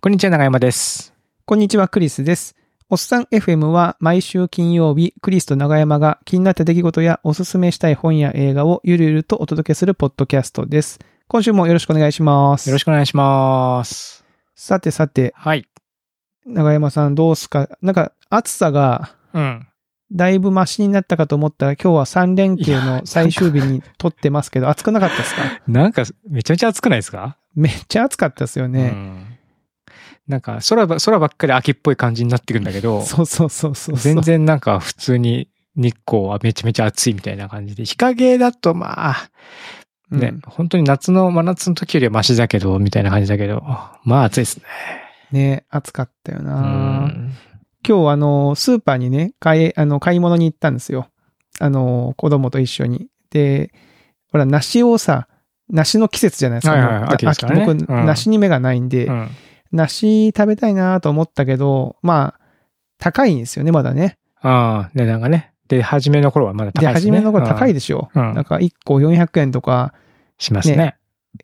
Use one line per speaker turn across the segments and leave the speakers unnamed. こんにちは、長山です。
こんにちは、クリスです。おっさん FM は毎週金曜日、クリスと長山が気になった出来事やおすすめしたい本や映画をゆるゆるとお届けするポッドキャストです。今週もよろしくお願いします。
よろし
く。
くお願いします。
さてさて、
はい。
長山さんどうすかなんか暑さが
うん。
だいぶマシになったかと思ったら今日は3連休の最終日に撮ってますけど、暑くなかったですか
なんか、めちゃめちゃ暑くないですか
めっちゃ暑かったですよ
う
ね。
ん。なんか、空ば、空ばっかり秋っぽい感じになってくんだけど、
そうそうそうそうそう。
全然なんか普通に日光はめちゃめちゃ暑いみたいな感じで、日陰だとまあ、
うん
ね、本当に夏の、真夏の時よりはマシだけど、みたいな感じだけど、まあ暑いですね。
ね、暑かったよ
う
な。
ん。
今日あの、スーパーにね、買い、あの、買い物に行ったんですよ。あの、子供と一緒に。で、ほら、梨をさ、梨の季節じゃないですか。
はいはい
もう
秋ですからね
僕、
うん
梨に目がないんで、
うん
梨食べたいなと思ったけど、まあ、高いんですよね、まだね。
ああ、値段がね。で、初めの頃はまだ
で、
高いです
初
ね。
めの頃高い
で
でしょ。
うん
なんか1個400円とか、
しますね
ね。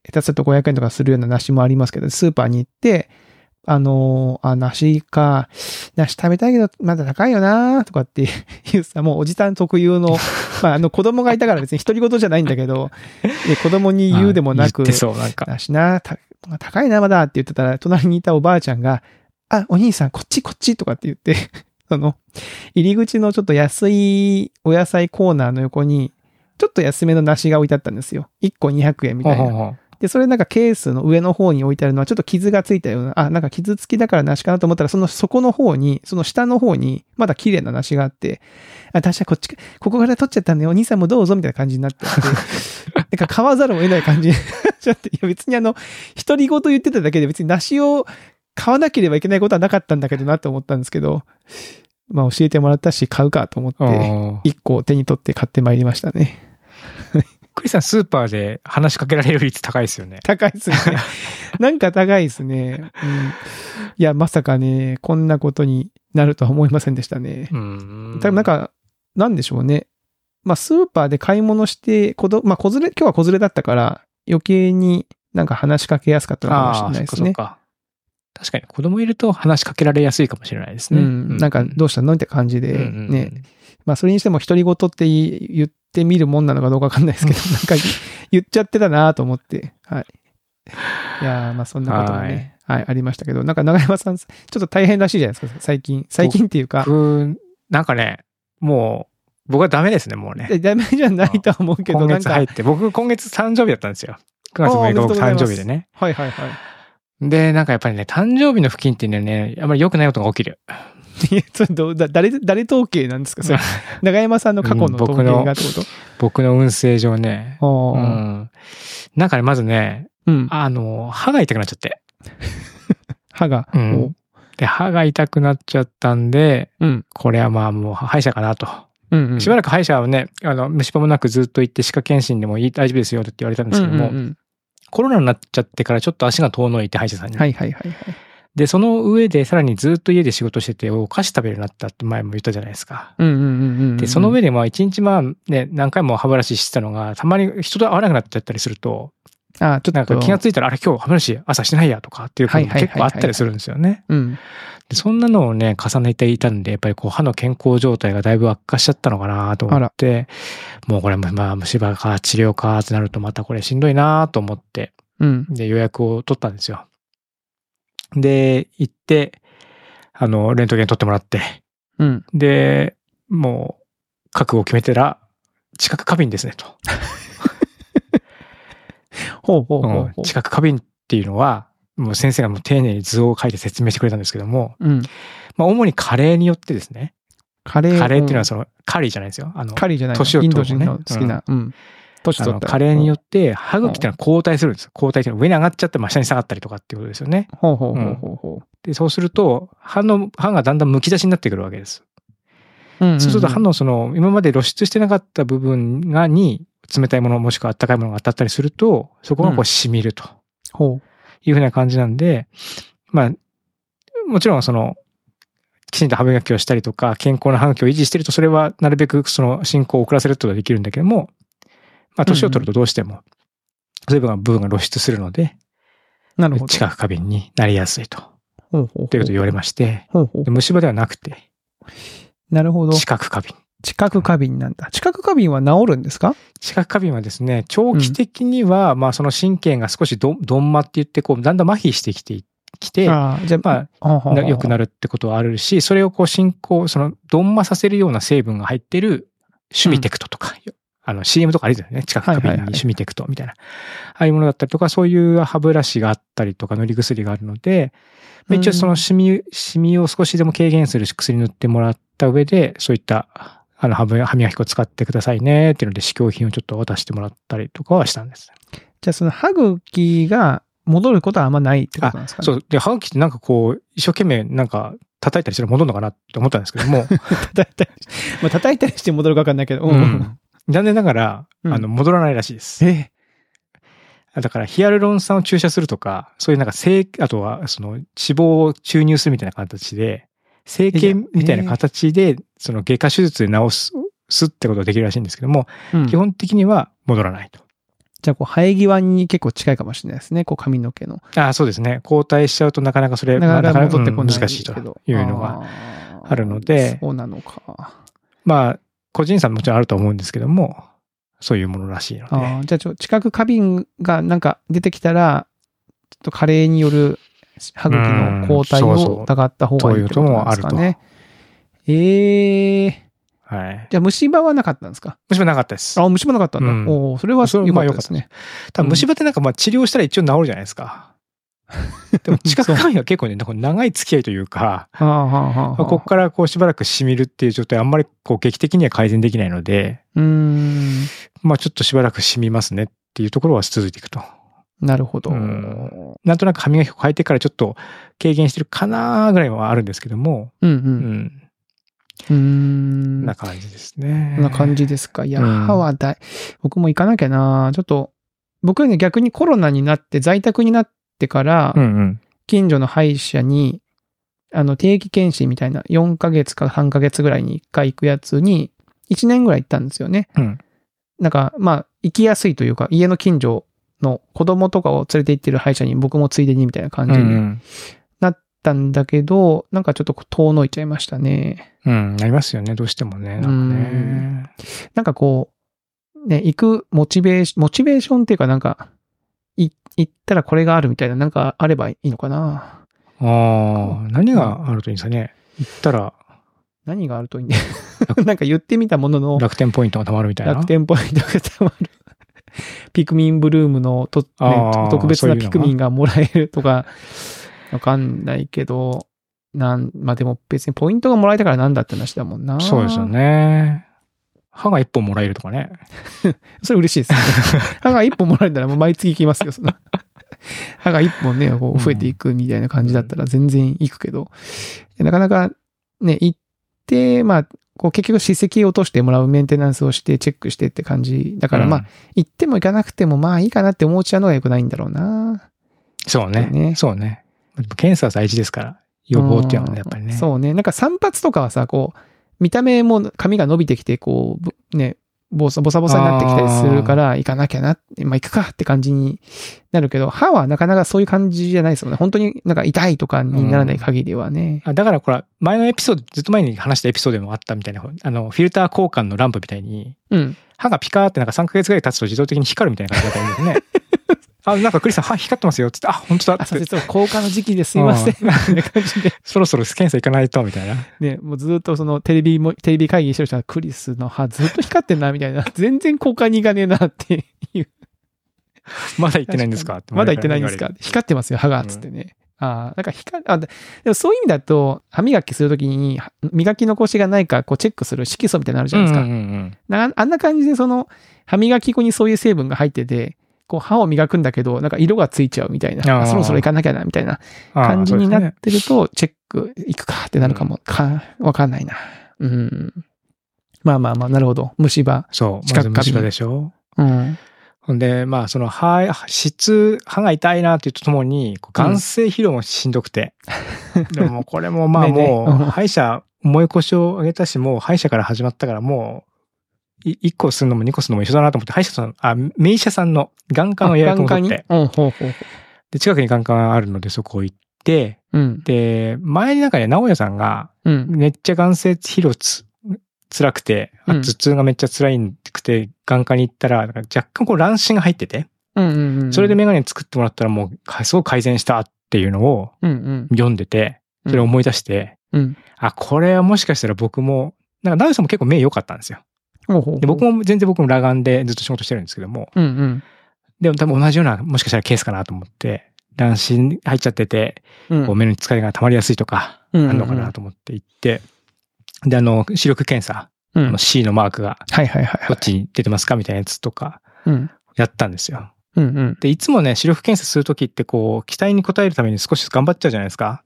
下手すると500円とかするような梨もありますけど、スーパーに行って、あのーあ、梨か、梨食べたいけど、まだ高いよなとかっていういうさ、もうおじさん特 有の、まあ、あの、子供がいたから別に独り言じゃないんだけど、で子供に言うでもなく、
言ってそう、なんか。
梨な、た高いな、まだって言ってたら、隣にいたおばあちゃんが、あ、お兄さん、こっちこっちとかって言って、 その、入り口のちょっと安いお野菜コーナーの横に、ちょっと安めの梨が置いてあったんですよ。1個200円みたい
ほ
な
う。ほうほう
で、それなんかケースの上の方に置いてあるのはちょっと傷がついたような、あ、なんか傷つきだから梨かなと思ったら、その底の方に、その下の方に、まだ綺麗な梨があって、あ、確かこっちか、ここから取っちゃったんで、お兄さんもどうぞみたいな感じになってて、なんか買わざるを得ない感じにな っちゃって、いや別にあの、独り言言ってただけで別に梨を買わなければいけないことはなかったんだけどなと思ったんですけど、まあ教えてもらったし、買うかと思って、
おー
1個手に取って買ってまいりましたね。
クリスさん、スーパーで話しかけられる率高いですよね。
高いで すね。なんか高いですね、うん。いや、まさかね、こんなことになるとは思いませんでしたね。
うん
ただなん、か、なんでしょうね。まあ、スーパーで買い物して、子ど、まあ、子連れ、今日は子連れだったから、余計になんか話しかけやすかったのかもしれ
ああ
ない
ー、そっ
で
か
す
そっ
ね。
か。確かに、子供いると話しかけられやすいかもしれないです
う
ね。
ん、なんかどうしたのって感じで、
うんうん
ね。まあ、それにしても独り言って言ってみるもんなのかどうかわかんないですけど、なんか言っちゃってたなと思って、はい。いやーまあそんなことがね、はい、ありましたけど、なんか長山さん、ちょっと大変らしいじゃないですか、最近。最近っていうか、
僕、なんかね、もう、僕はダメですね、もうね。
えダメじゃないとは思うけど、
今
なん
月
か、
入
はい
って、僕、今月誕生日だったんですよ。9月6日、
あーおめでとうご
僕
ざ
誕
います
生日でね。
はいはい。
で、なんかやっぱりね、誕生日の付近っていうのはね、あんまり良くないことが起きる。
いやちょっとだ誰、誰統計なんですか、それ長山さんの過去
うん
の
僕
統
の
計がってこと
僕の運勢上ね。う
あ
ん。なんかね、まずね、
ーうん。
あの、歯が痛くなっちゃって。
歯が、
うん
お
で、歯が痛くなっちゃったんで、
うん。
これはまあもう歯医者かなと。
うんうん。
しば
ら
らく歯医者はね、あの、虫歯もなくずっと行って歯科検診でもいい、大丈夫ですよって言われたんですけども、コロナになっちゃってからちょっと足が遠のいて歯医者さんに。
はいはいはいはい。
で、その上でさらにずっと家で仕事してて、お菓子食べるようになったって前も言ったじゃないですか。
うんうんうんうんうん。
で、その上でまあ一日まあね、何回も歯ブラシしてたのが、たまに人と会わなくなっちゃったりすると、
あー、ちょっと
なんか気がついたら、あれ今日歯ブラシ朝してないやとかっていうことも結構あったりするんですよね。
うん。
でそんなのをね、重ねていたんで、やっぱりこう歯の健康状態がだいぶ悪化しちゃったのかなと思って、もうこれも、まあ虫歯か治療かってなるとまたこれしんどいなと思って、
うん。
で予約を取ったんですよ。で、行って、あの、レントゲン取ってもらって、
うん。
で、もう覚悟を決めてら、近く過敏ですねと。
ほうほうほう
うん
ほう。
近く過敏っていうのは、もう先生がもう丁寧に図を書いて説明してくれたんですけども、
うん。
まあ主に加齢によってですね、
カレー。
カレーっていうのは
そ
そのカリーじゃないんですよ。あの、
カリーじゃない
年を
イン
取る
ド
ね
人の好きな。うん。年
あ
取っ
の
た。
カレーによ
っ
って歯茎っていうのは後退するんです。後退っていうのは上に上がっちゃって真下に下がったりとかっていうことですよね。
て。ほうほうほうほうほ
で、そうすると歯の、歯がだんだんむき出しになってくるわけです。
う。うん
そうすると歯、のその今まで露出してなかった部分がに冷たいものもしくは温かいものが当たったりすると、そこがこ
う
うん染みると
ほ
いうふうな感じなんで、まあ、もちろんその、きちんと歯磨きをしたりとか、健康な歯茎を維持してると、それはなるべくその進行を遅らせることができるんだけども、まあ、年を取るとどうしても、そういう部分が部分が露出するので、
う。なるほど。
近く過敏になりやすいと
ほうほう
ということを言われまして、
ほうほう
で虫歯ではなくて、
なるほど。
知覚過敏。
知覚過敏なんだ。知覚過敏は治るんですか
知覚過敏はですね、長期的には、まあその神経が少しど、どんまって言って、こう、だんだん麻痺してきて、きて、
ああ、じゃ
ま
あ、はあはあ
な良くなるってことはあるし、それをこう進行、その、どんまさせるような成分が入ってる、シュミテクトとか、あの、CM とかあるじゃないですかね。近く過
はいはい
敏
はい
にシュミテクトみたいな。ああいうものだったりとか、そういう歯ブラシがあったりとか、塗り薬があるので、まあ一応そのシミ、シミを少しでも軽減する薬塗ってもらった上で、そういった、あの、歯ぶ歯磨き粉使ってくださいね、っていうので、試供品をちょっと渡してもらったりとかはしたんです。
じゃあその歯茎が戻ることはあんまないってことなんですかね。
そう。で、歯茎ってなんかこう、一生懸命なんか叩いたりしたら戻るのかなって思ったんですけども、
叩いたりし、 まあ、叩いたりして戻るかわかんないけど。うん
うん残念ながら、
うん
あの、戻らないらしいです。
え
だから、ヒアルロン酸を注射するとか、そういうなんか、整あとは、その、脂肪を注入するみたいな形で、整
えじゃ
形
あ
みたいな形で、その、外科手術で治す、すってことができるらしいんですけども、
うん
基本的には戻らないと。
じゃあこう生え際に結構近いかもしれないですね。こう髪の毛の。
ああ、そうですね。交代しちゃうとなかなかそれ、
なかなか
まあなか
戻っ
な
て
か
こ
うん
ない
難
んで
し
す
いと
けど。
いうのが、
あー
あるので
そうなのか。
まあ、個人差ももちろんあると思うんですけども、そういうものらしいの
あ
で。
ーじゃあちょ、知覚過敏がなんか出てきたら、ちょっと加齢による歯茎の抗体
うんそうそ
を
う
疑った方がいいってことなんですか
そういう
ね。ええ
はい。
じゃあ虫歯はなかったんですか
虫歯なかったです。
あ、虫歯なかったんだ。
うん
おおそれは
それ
良かったですね。
多分虫歯ってなんかまあ治療したら一応治るじゃないです か。でも、知覚過敏は結構ね、なんか長い付き合いというか、
あーはあはあはあ
ここからこうしばらく染みるっていう状態、あんまりこう劇的には改善できないので、
うーん。
まあちょっとしばらく染みますねっていうところは続いていくと。
なるほど。
うんなんとなく歯磨き粉変えてからちょっと軽減してるかなーぐらいはあるんですけども、
うんう。
うんん、
うー
こ
ん。
んな感じですね。
こんな感じですか。いや、
うん
歯は大、僕も行かなきゃな。ちょっと、僕はね、逆にコロナになって、在宅になってから
う、んうん。
近所の歯医者に、あの、定期検診みたいな、4ヶ月か3ヶ月ぐらいに1回行くやつに、1年ぐらい行ったんですよね。
うん。
なんか、まあ、行きやすいというか、家の近所の子供とかを連れて行ってる歯医者に僕もついでにみたいな感
うんう
じに
ん。
なったんだけど、なんかちょっと遠のいちゃいましたね。
うん。なりますよね。どうしてもね。なんかね。
なんかこう、ね、行くモチベーション、モチベーションっていうかなんか、い行ったらこれがあるみたいな、なんかあればいいのかな。
ああ、何があるといいんですかね。行ったら
何があるといいんだよ なんか言ってみたものの、
楽天ポイントが貯まるみたいな。
楽天ポイントがたまる。ピクミンブルームのと、ね
あー、
特別
そうい
な
うの
ピ
が
クミンがもらえるとか、わかんないけど、なん、まあ、でも別にポイントがもらえたからなんだって話だもんな。
そうですよ。ね。歯が一本もらえるとかね。
それ嬉しいで すね。歯が一本もらえたらもう毎月行きますよ、その。歯が一本ね、こう増えていくみたいな感じだったら全然行くけど、なかなかね、行って、まあ、こう結局歯石を落としてもらうメンテナンスをしてチェックしてって感じだから、まあ、
うん、
行っても行かなくてもまあいいかなって思っちゃうのが良くないんだろうな。
そう
ね
ね。そうね。でも検査は大事ですから。予防っていうのはね、やっぱりね。
うんそうね。なんか散髪とかはさ、こう、見た目も髪が伸びてきて、こうぶ、ね、ボサボサボサになってきたりするから、行かなきゃな、まあ行くかって感じになるけど、歯はなかなかそういう感じじゃないですよね。本当になんか痛いとかにならない限りはね。
あだからこれ、前のエピソード、ずっと前に話したエピソードでもあったみたいな、あの、フィルター交換のランプみたいに、
うん。
歯がピカーってなんか3ヶ月ぐらい経つと自動的に光るみたいな感じだったんですね。 あ、なんかクリスさん歯光ってますよって言って、あ、本当だっ
朝
て。
実は交換の時期ですいません。みたいな感 じで。
そろそろ検査行かないと、みたいな。
ね、もうずっとそのテレビも、テレビ会議してる人はクリスの歯ずっと光ってんな、みたいな。全然交換に行かねえなっていう。
まだ行ってないんですか
まだ行ってないんですか光ってますよ、歯が。つってね。ああ、なんか光、あ、ででもそういう意味だと、歯磨きするときに、は磨き残しがないか、こうチェックする色素みたいなのあるじ
う
ゃ
ん
な
う
い
ん
で
う
すか。
ん。
なあんな感じで、その、歯磨き粉にそういう成分が入ってて、こう歯を磨くんだけど、なんか色がついちゃうみたいな、
あー
あそろそろ行かなきゃな、みたいな
あー
感じにな
そう
っ
で
てると、チェック行くかってなるかも、か、わかんないな。うん。まあまあまあ、なるほど。虫歯。
すねそう、
近
ま
く
ず
か
虫歯
ら
でしょ。
うん。
ほんで、まあ、その歯、質、歯が痛いなっていうとともに、こう眼性疲労もしんどくて。 でももうこれもまあ
ねえねえ
もう、歯医者、思い越しを上げたし、もう歯医者から始まったから、もう、い1個するのも2個するのも一緒だなと思って、歯医者さん、あ、名医者さんの眼科の予約も取って、
眼科にうん、ほうほうほう。
で、近くに眼科があるので、そこ行って、
うん。
で、前になんかね、直哉さんが、
うん。
めっちゃ眼性疲労つ、辛くて、あ
うん
頭痛がめっちゃ辛いくて、眼科に行ったら、なんか若干こう乱視が入ってて、
うんうんうん。
それでメガネ作ってもらったらもうか、すごい改善したっていうのを
うんうん。
読んでて、それを思い出して、
うん。
あ、これはもしかしたら僕も、なんか、直哉さんも結構目良かったんですよ。
ほうほう
で、僕も、全然僕も裸眼でずっと仕事してるんですけども、
うんうん。
でも多分同じような、もしかしたらケースかなと思って、乱視入っちゃってて、
うん
こう目の疲れが溜まりやすいとか、
うん
あるのかなと思って行って、で、あの、視力検査、
うん
あの C のマークが
はいはいはい
ど
は
っちに出てますかみたいなやつとか、
い。うん。
やったんですよ。
うんうん。
で、いつもね、視力検査するときって、こう、期待に応えるために少し頑張っちゃうじゃないですか。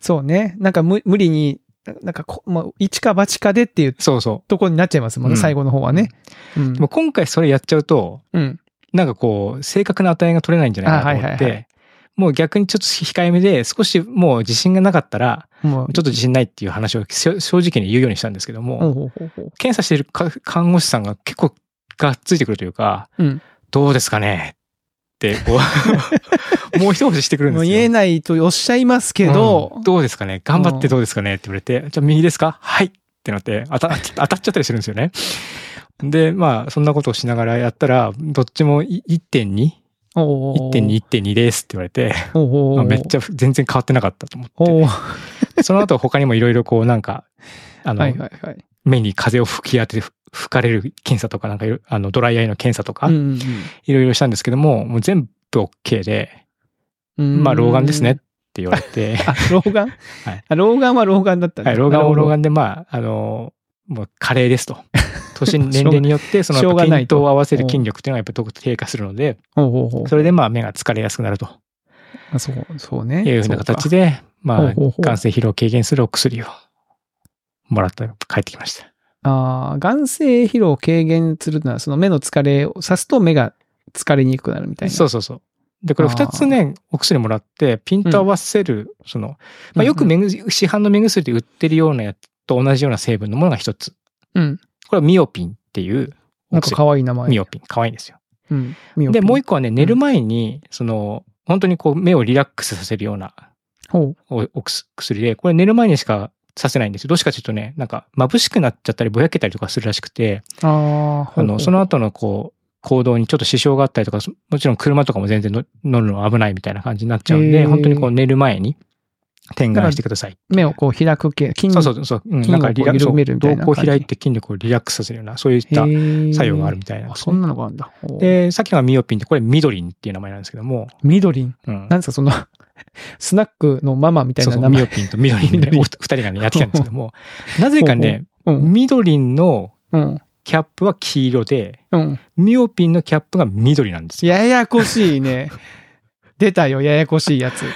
そうね。なんか無無理に、ななんかこ、まあ、一か八かでっていう
そうそ
とこになっちゃいますもんね、
うん
最後の方はね。う
う。
ん
で。も今回それやっちゃうと、
うん。
なんかこう、正確な値が取れないんじゃないかなと思っ
あはいはいは
て、もう逆にちょっと控えめで、少しもう自信がなかったら、
もう
ちょっと自信ないっていう話をしょ正直に言うようにしたんですけども、
ほうほうほうほう。
検査してるか看護師さんが結構がっついてくるというか、
うん
どうですかねって、こ う、もう一押ししてくるんで
もう
すよ。
言えないとおっしゃいますけ
う
ど
ん、どうですかね頑張ってどうですかねって言われて、じゃあ右ですかはいってなって 当た、当たっちゃったりするんですよね。で、まあ、そんなことをしながらやったら、どっちもい 1.2?1.2、
おー
1.2ですって言われて、
おーおー
まあめっちゃ全然変わってなかったと思
お
っ
ー
て。 その後他にもいろいろこうなんか、あの、
はいはいはい。
目に風を吹き当てて吹かれる検査とか、なんかいろあのドライアイの検査とか
うん、うん
いろいろしたんですけども、もう全部 OK で、
うん
まあ老眼ですねっ。て言われて、
あ、老眼
はい
あ老眼は老眼だったんだ
はい、老眼を老
なる
眼で、まあ、あの、もう加齢です と。年、
しょう
年齢によって、その、
しょうがな
検
いと
討を合わせる筋力っていうのがやっぱり低下するので、
ほどほうほうほう
それでまあ目が疲れやすくなると
あそう、そうね。
いうふうな形
で。
で、まあ
ほうほうほ、う
眼性疲労を軽減するお薬をもらった、帰ってきました。
ああ、眼性疲労を軽減するのは、その目の疲れを指すと目が疲れにくくなるみたいな。。
そううそうそう。で、これ二つね、お薬もらって、ピント合わせる、その、まあよく目ぐ市販の目薬で売ってるようなやつと同じような成分のものが一つ。
うん。
これはミオピンっていうお
なんか
薬。
可愛い名前。
ミオピン。可愛いんですよ。
うん。ミオピ
で、
ン
もう一個はね、寝る前に、その、本当にこう、目をリラックスさせるような
ほう。
おお薬薬で、これ寝る前にしかさせないんですよ。どうしてかというとね、なんか、眩しくなっちゃったり、ぼやけたりとかするらしくて、
ああ、
あの、その
後、
後のこう、行動にちょっと支障があったりとか、そもちろん車とかも全然の乗るのは危ないみたいな感じになっちゃうん
へ
で、
ー
本当にこう、寝る前に、点眼してください。
目をこう開く系、筋
そうそうそう。うん、
筋
なん
肉
か
を
リ
こ
ラ
う
ックス、
緩めるみたいな
瞳孔を
感じ
開いて筋力をリラックスさせるような、そういった
へえ
作用があるみたいなん
あ、
です
そ
ね、
んなのがあるんだ。ほう、
で、さっきのがミオピンって、これミドリンっていう名前なんですけども、
緑。な
うん
んですか、その、 スナックのママみたい
そう
な
そうミ
名前。
オピンとミドリンで、
緑
お二人がね、やってきたんですけども、なぜかね、
うん。
ミドリンの
うん。
キャップは黄色で、
うん。
ミオピンのキャップが緑なんですよ。
ややこしいね。出たよ、ややこしいやつ。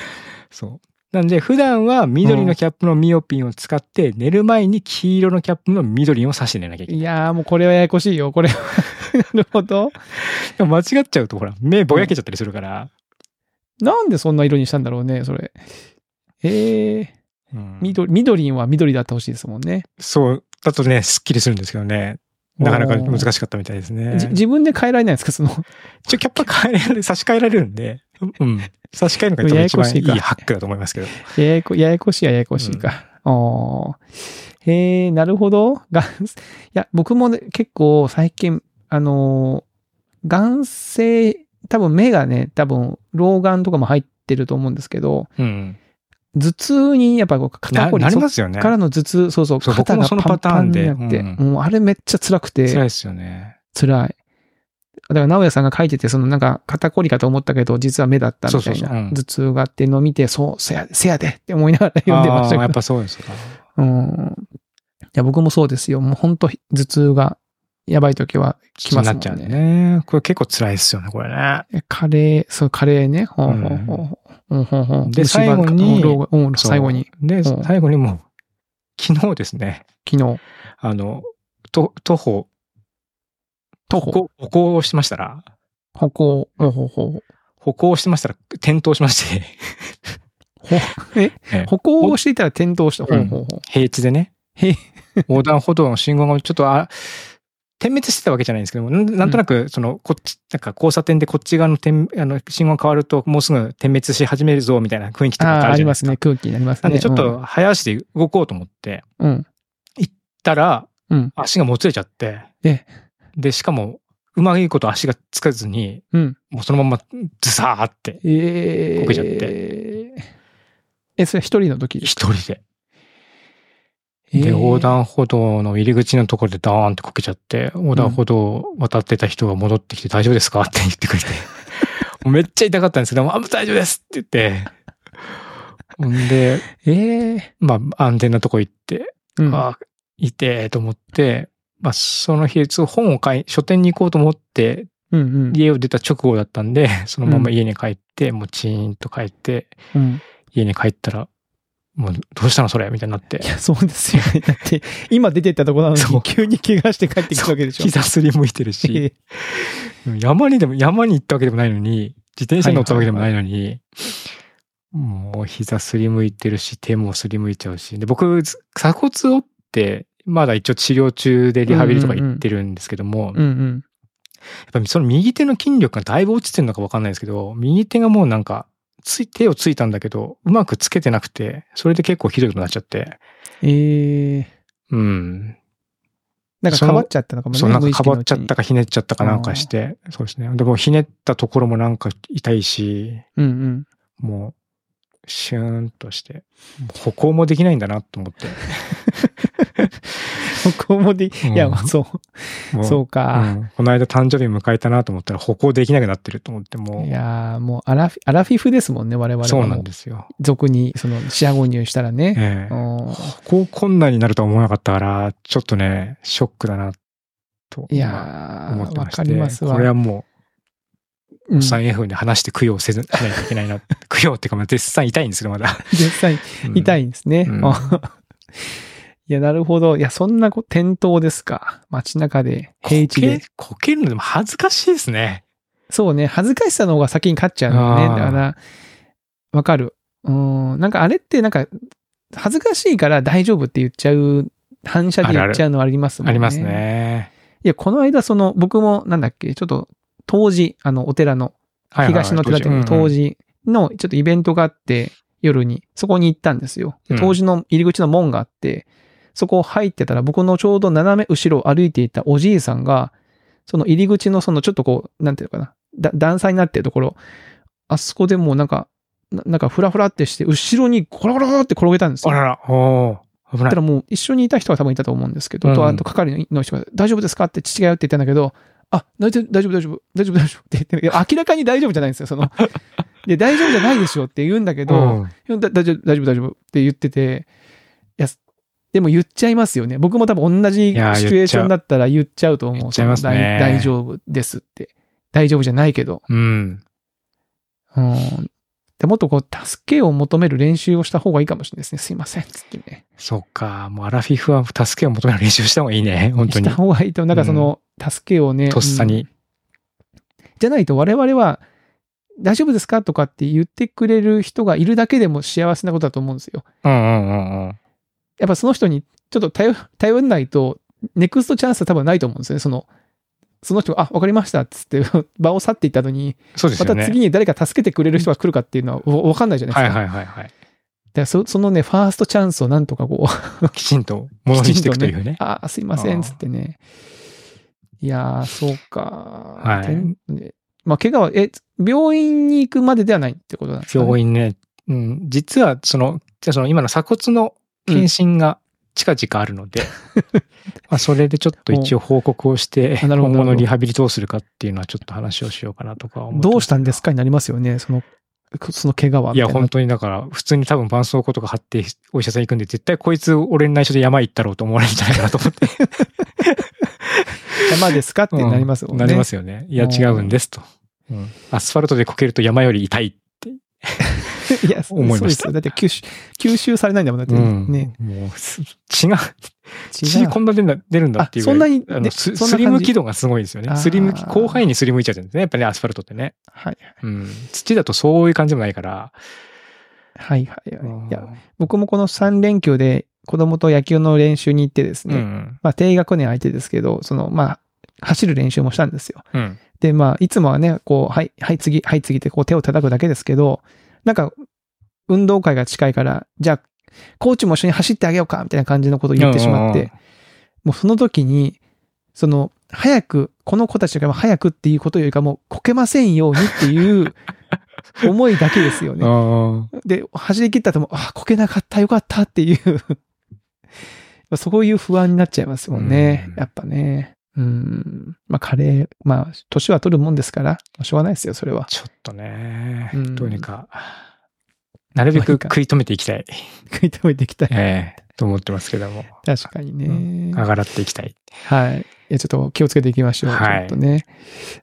そう。なんで、普段は緑のキャップのミオピンを使って、寝る前に黄色のキャップのミドリンを差して寝なきゃいけない
やー、もうこれはややこしいよ、これは。 なるほど。
い。でも間違っちゃうと、ほら、目ぼやけちゃったりするから、
なんでそんな色にしたんだろうね、それ。えー、
うん
緑、緑は緑だってほしいですもんね。
そう、だとね、すっきりするんですけどね、なかなか難しかったみたいですね。
じ自分で変えられないんですか、 その。
一応キャップは変えられる、差し替えられるんで、うん。差し替えるのが多分一番いいハックだと思いますけど。
ややこ、ややこしいややこしいか。あーへえ、なるほど。がん、いや、僕もね、結構最近、あのー眼性、多分目がね、多分老眼とかも入ってると思うんですけど、
うん。
頭痛にやっぱこう肩
な
こり
なり
そっ
ますよね。
からの頭痛、そうそう、
そう僕
肩
もそ
がパ
のパ
ン
タ
パ
ー
ン
ン
に
で
なって、
う
もうあれめっちゃ辛くて。
辛いですよね。
辛い。だから、直哉さんが書いてて、そのなんか、肩こりかと思ったけど、実は目だったみた
そう
い
そう
な、
そううん
頭痛があってのを見て、そう、せや、せやでって思いながら読んでまし
あー
た
やっ
けど。
ぱそうですか。
うん。いや、僕もそうですよ。もう本当頭痛が、やばい時は来ますもんね。
なっちゃうんでね。これ結構辛いですよね、これね。
えカレー、そう、カレーね。ほうほうほうほう。うん、ほうほう。
で
虫歯
最後に
うん老後うん
そう
最後に、。
で、
うん
最後にもう、昨日ですね、
昨日、
あの、と徒歩、
徒
歩
歩、
行歩行をしてましたら、
歩行、ほうほうほ
歩行をしてましたら転倒しまして、
う。ほえ
え
歩行をしていたら転倒した。ほ
う
うんほうほう。
平地でね、
へ
横断歩道の信号がちょっとあ、点滅してたわけじゃないんですけども、なんなんとなく、その、こっち、なんか交差点でこっち側の点、あの、信号変わると、もうすぐ点滅し始めるぞ、みたいな雰囲気と
あ
かってあ
あ、
る
あ
じ
り
ゃない
ま
ですすか。
ね。空気になります
なん
ね。
で、ちょっと、早足で動こうと思って、
うん、うん。
たら、
うん
足がもつれちゃって、
え
で、しかも、うまいこと足がつかずに、
うん。
もうそのまま、ズサーって、
ええ
こけちゃって
え、それは一人の時
一人で。で、横
横断
断歩道の入り口のところでダーンってこけちゃって、横断歩道を渡ってた人が戻ってきて大丈夫ですかって言ってくれ て。もうめっちゃ痛かったんですけど、あ、もう大丈夫ですって言 って。ほんで、
ええ
まあ、安全なとこ行って、
ーうん
あ、いてーと思って、まあ、その日、そう本を買い、書店に行こうと思って、
うんうん。
家を出た直後だったんで、 そのまま家に帰って、もうチーンと帰って、
うん
家に帰ったら、もうどうしたのそれみたいになって
い。や、そうですよね。だって、今出てったとこなの
そう
に、急に怪我して帰ってきたわけでしょ。
膝すりむいてるし、
え
山にでも、山に行ったわけでもないのに、自転車に乗ったわけでもないのに、もう膝すりむいてるし、手もすりむいちゃうし。で、僕、鎖骨折って、まだ一応治療中でリハビリとか行ってるんですけども、
ーうんうん。
やっぱりその右手の筋力がだいぶ落ちてるのかわかんないですけど、右手がもうなんか、つい、手をついたんだけど、うまくつけてなくて、それで結構ひどいことになっちゃって、
えー、
うん。
なんかかばっちゃったのかもね。
そう、なん
無
か
意
か
識の
ば
う
っ
ち
ちゃ
に
ったかひねっちゃったかなんかして、そうですね。でもひねったところもなんか痛いし、
うんうん。
もう、シューンとして、歩行もできないんだなと思って。
歩行もで、いや、
うん
そう、
も
そううか。
んこの間誕生日迎えたなと思ったら歩行できなくなってると思って、も
いやーもうアラフィ、アラフィフですもんね、我々
う、
は。
そうなんですよ。
俗に、その、視野購入したらね。
ええ
うん
歩行困難になるとは思わなかったから、ちょっとね、ショックだな、と。
い
今
や
思っ
ー
て
わ
まして
かりますわ。
これはも
う
う、
ん、
サイン F で話して供養せず、し ないといけないな。供養っていうか、まあ、絶賛痛いんですけど、まだ。
実際、痛
い。
いんですね。
うん
いや、なるほど。いや、そんなこ転倒ですか。街中で、
こけ
平地で。
こけるのでも恥ずかしいですね。
そうね、恥ずかしさの方が先に勝っちゃうのね。
あー
だから、わかる。うん、なんかあれってなんか、恥ずかしいから大丈夫って言っちゃう、反射で言っちゃうのありますもんね。
あります。ね。
いや、この間、その、僕も、なんだっけ、ちょっと、当時、あの、お寺の、
はいはいはい
東の寺っていうの
当
当
時
時の、ちょっとイベントがあって、夜に、そこに行ったんですよ。
うん
で当時の入り口の門があって、そこを入ってたら、僕のちょうど斜め後ろを歩いていたおじいさんが、その入り口のそのちょっとこう、なんていうのかな、だ段差になってるところ、あそこでもうなんか、ななんかフラフラってして、後ろにゴロゴロゴロって転げたんです
うん
よ。
あらら、おー危
だ
ない
ったら。もう一緒にいた人が多分いたと思うんですけど、
うん
とあと係の人が大丈夫ですかって父がよって言ったんだけど、あ、大丈夫、大丈夫、大丈夫、大丈夫、大丈夫って言って、いや明らかに大丈夫じゃないんですよ、その。で、大丈夫じゃないでしょって言うんだけど、
うん
いやだ大丈夫、大丈夫、大丈夫って言ってて、いや、でも言っちゃいますよね。僕も多分同じシチ
や
ュエーションだったら言っちゃうと思う。
言っちゃいますね
その大大丈夫ですって。大丈夫じゃないけど。
うん。
うん。でもっとこう、助けを求める練習をした方がいいかもしれないですね。すいません。つってね。
そうか。もうアラフィフは助けを求める練習した方がいいね。本当に
した。方がいいと、なんかその、助けをね、
とっさ
うん
に。
じゃないと我々は、大丈夫ですかとかって言ってくれる人がいるだけでも幸せなことだと思うんですよ。
うんうんうんうん。
やっぱその人にちょっと頼頼んないと、ネクストチャンスは多分ないと思うんですよね。その、その人が、あ、わかりましたっつって 場を去っていった後に、
そうです
ま
よ
た
ね。
次に誰か助けてくれる人が来るかっていうのはわわかんないじゃないです
は
か。
いはいはいはい。
だからそそのね、ファーストチャンスをなんとかこう、
きちんとものにしていくというね。
あーすいませ
あ
ん、
ー
つってね。いやー、そうか。
はい
てんねまあ、怪我は、え、病院に行くまでではないってことなんですか、ね、
病院ね。うん。実は、その、じゃあその今の鎖骨の検診が近々あるので、まあそれでちょっと一応報告を して、
お
今
なるほど
後のリハビリどうするかっていうのはちょっと話をしようかなとか思ってます
どうしたんですかになりますよね、その、その怪我は。
いや、
みた
本当にだから、普通に多分絆創膏とか貼って、お医者さん行くんで、絶対こいつ俺に内緒で山行ったろうと思われるんじゃないかなと思って。
山ですかって なりますもんね。
なりますよね。いや、
うん
違うんですと。うんアスファルトでこけると山より痛いって。
いや、そう
思いまし
そ
た
うですよだって吸収、吸収されないんだもん、だってね。
もう、す血が、
血
血こんな出るんだ出るんだっていうぐらい。
あそんなに
あの
ですそ
ス
んな感じ
リム軌道がすごいですよ
あ
ね。
ー
スリム軌、広範囲にすりむいちゃうんですね。やっぱね、アスファルトってね。
はい。
うん。土だとそういう感じもないから。
はいはいはい。
うん
いや、僕もこの3連休で子供と野球の練習に行ってで
う
すね、
ん。
まあ、低学年相手ですけど、その、まあ、走る練習もしたんですよ。
うん。
で、まあ、いつもはね、こう、はい、はい、次、はい、次ってこう手を叩くだけですけど、なんか、運動会が近いから、じゃあ、コーチも一緒に走ってあげようか、みたいな感じのことを言ってしまっ
うんうん
て、もうその時に、その、早く、この子たちが早くっていうことよりかもう、こけませんようにっていう思いだけですよね。
あ
で、走り切ったとも、あ、こけなかった、よかったっていう、 そういう不安になっちゃいますもんね
うん。
やっぱね。うん。まあ、カレー、まあ、年は取るもんですから、しょうがないですよ、それは
あ、。ちょっとね
う、ん
どうにか、なるべく食い止めていきたい、
食い止めていきたい。
ええと思ってますけども、
確かにね。
上がらっていきたい。
はい。いや、ちょっと気をつけていきましょう。
はい
ちょっとね。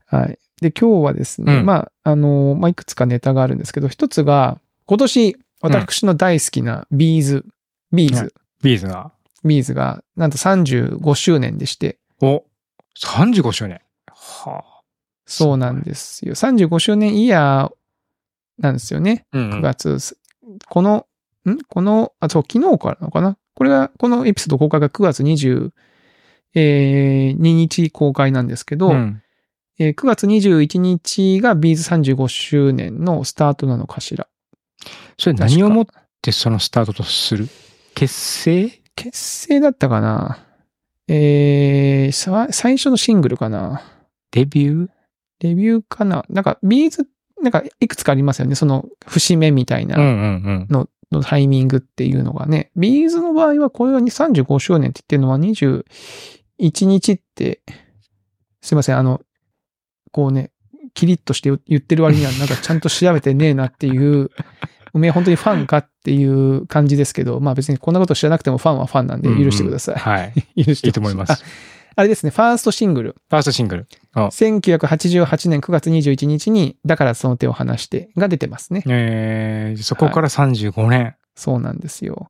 はい。で、今日はですね、
うん
まあ、あの、まあ、いくつかネタがあるんですけど、一つが、今年、私の大好きなビーズ、ビー
はい
ズ、
ビーズが、
ビーズが、なんと35周年でして、
お、35周年。はあ。
そうなんですよ。35周年イヤーなんですよね。
うん、う
9
ん。
月。この、んこの、あ、そう、昨日からなのかなこれが、このエピソード公開が9月22日公開なんですけど、
うん
えー9月21日がビーズ35周年のスタートなのかしら。
それ何を
確か
もってそのスタートとする結成
結成だったかなえーさ、最初のシングルかな
デビュー
レビューかななんか、ビーズ、なんか、いくつかありますよね。その、節目みたいな。
うんうん
の、のタイミングっていうのがね、ビーズの場合はこれは35周年って言ってるのは21日って、すいません、あの、こうね、キリッとして言ってる割にはなんかちゃんと調べてねえなっていう、 おめえ本当にファンかっていう感じですけど、まあ別にこんなこと知らなくてもファンはファンなんで
うん。
許してください。
うんうんはい。
許して
いいと思いま
あ
す。。
あれですね、ファーストシングル。
ファーストシングル。
1988年9月21日に、だからその手を離してが出てますね。
えー、そこから35年。
そうなんですよ。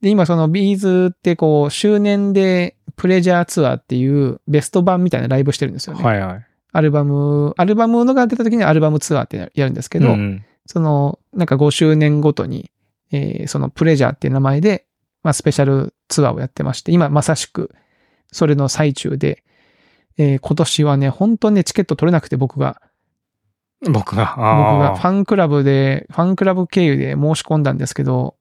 で、今そのビーズってこう、周年でプレジャーツアーっていうベスト版みたいなライブしてるんですよね。
はいはい。
アルバム、アルバムのが出た時にアルバムツアーってやるんですけど、
うんうん
その、なんか5周年ごとに、えーそのプレジャーっていう名前で、まあスペシャルツアーをやってまして、今まさしく、それの最中で、えー今年はね、本当にね、チケット取れなくて僕が、
僕が、
僕
あ
が
あ
ファンクラブで、ファンクラブ経由で申し込んだんですけど、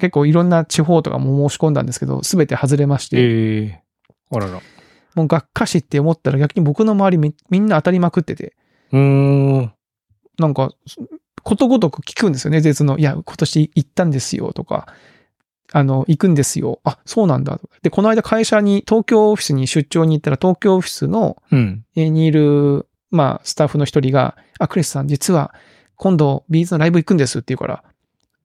結構いろんな地方とかも申し込んだんですけど、すべて外れまして、
ええあらら。
もうがっかしって思ったら逆に僕の周りみみんな当たりまくってて、
うーん。
なんか、ことごとく聞くんですよね。で、その、いや、今年行ったんですよとか、あの、行くんですよ。あ、そうなんだ。で、この間会社に、東京オフィスに出張に行ったら、東京オフィスの、
うん。
えーにいる、まあ、スタッフの一人が、あ、クリスさん、実は、今度、ビーズのライブ行くんですって言うから。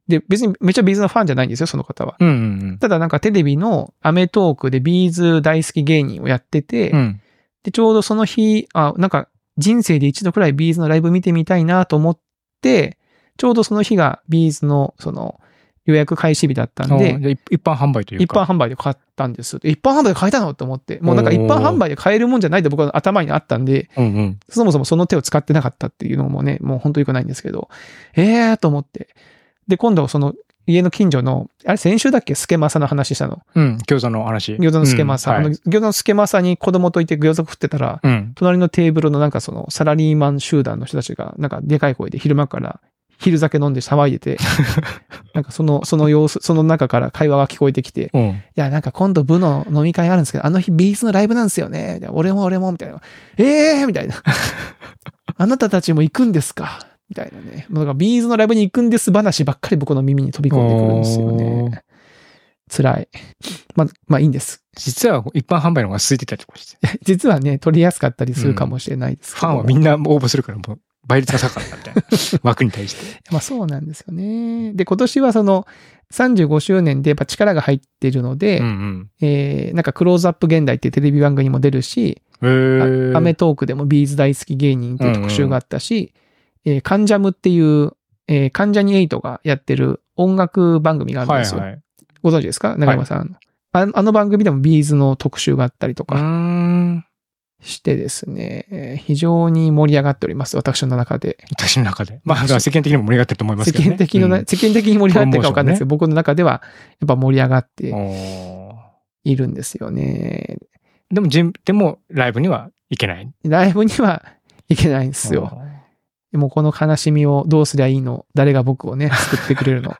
で、別にめっちゃビーズのファンじゃないんですよ、その方は。
うんうん
ただなんかテレビのアメトークでビーズ大好き芸人をやってて、
うん。うん。
で、ちょうどその日、あ、なんか人生で一度くらいビーズのライブ見てみたいなと思って、ちょうどその日がビーズのその予約開始日だった
で
んで、、
じゃあ一一般販売という
一般
か。
販売で買ったんです。で一般販売で買えたのと思って、もうなんか一般
おー
販売で買えるもんじゃないと僕は頭にあったんで、
一般。うんうん。
そもそもその手を使ってなかったっていうのもね、もう本当良くないんですけど、ええーと思って。で、今度その家の近所の、あれ先週だっけスケマサの話したの。
うん。餃子の話。
餃子のスケマサ。
うんは
あの
い
餃子のスケマサに子供といて餃子食ってたら、
うん。
隣のテーブルのなんかそのサラリーマン集団の人たちが、なんかでかい声で昼間から昼酒飲んで騒い でて、なんかその、その様子、その中から会話が聞こえてきて、
うん。
いや、なんか今度部の飲み会あるんですけど、あの日ビーズのライブなんですよね。みたいな俺も俺も、みたいな。ええー、みたいな。 あなたたちも行くんですかみたいなね。もうなんかビーズのライブに行くんです話ばっかり僕の耳に飛び込んでくるんですよ
お
ね
ー。
辛い。まあ、まあいいんです。
実は一般販売の方が空いてたりとかして。
実はね、取りやすかったりするかもしれないです
フ
けど、
ァンはみんな応募するから、もう倍率が高かったみ たいな枠に対して。
まあそうなんですよね。で、今年はその35周年でやっぱ力が入っているので、
うん
えーなんかクローズアップ現代っていうテレビ番組にも出るし、
うん。へえ。
アメトークでもビーズ大好き芸人っていう特集があったし、えーカンジャムっていう、えー、カンジャニエイトがやってる音楽番組があるん
はい
ですよ。
はい。う
ご存知ですか中山さん、あの。あの番組でもビーズの特集があったりと
ー
か
ん。
してですね、えー非常に盛り上がっております。私の中で。
私の中で。まあ、世間的にも盛り上がってると思います
世
けどね。
間的のな、
うん
世間的に盛り上がってるかわかんないですけど、僕の中ではやっぱ盛り上がって
おー
いるんですよね。
でも、ジム、でも、ライブには行けない。
ライブには行けないんですよ。もうこの悲しみをどうすりゃいいの誰が僕をね、救ってくれるの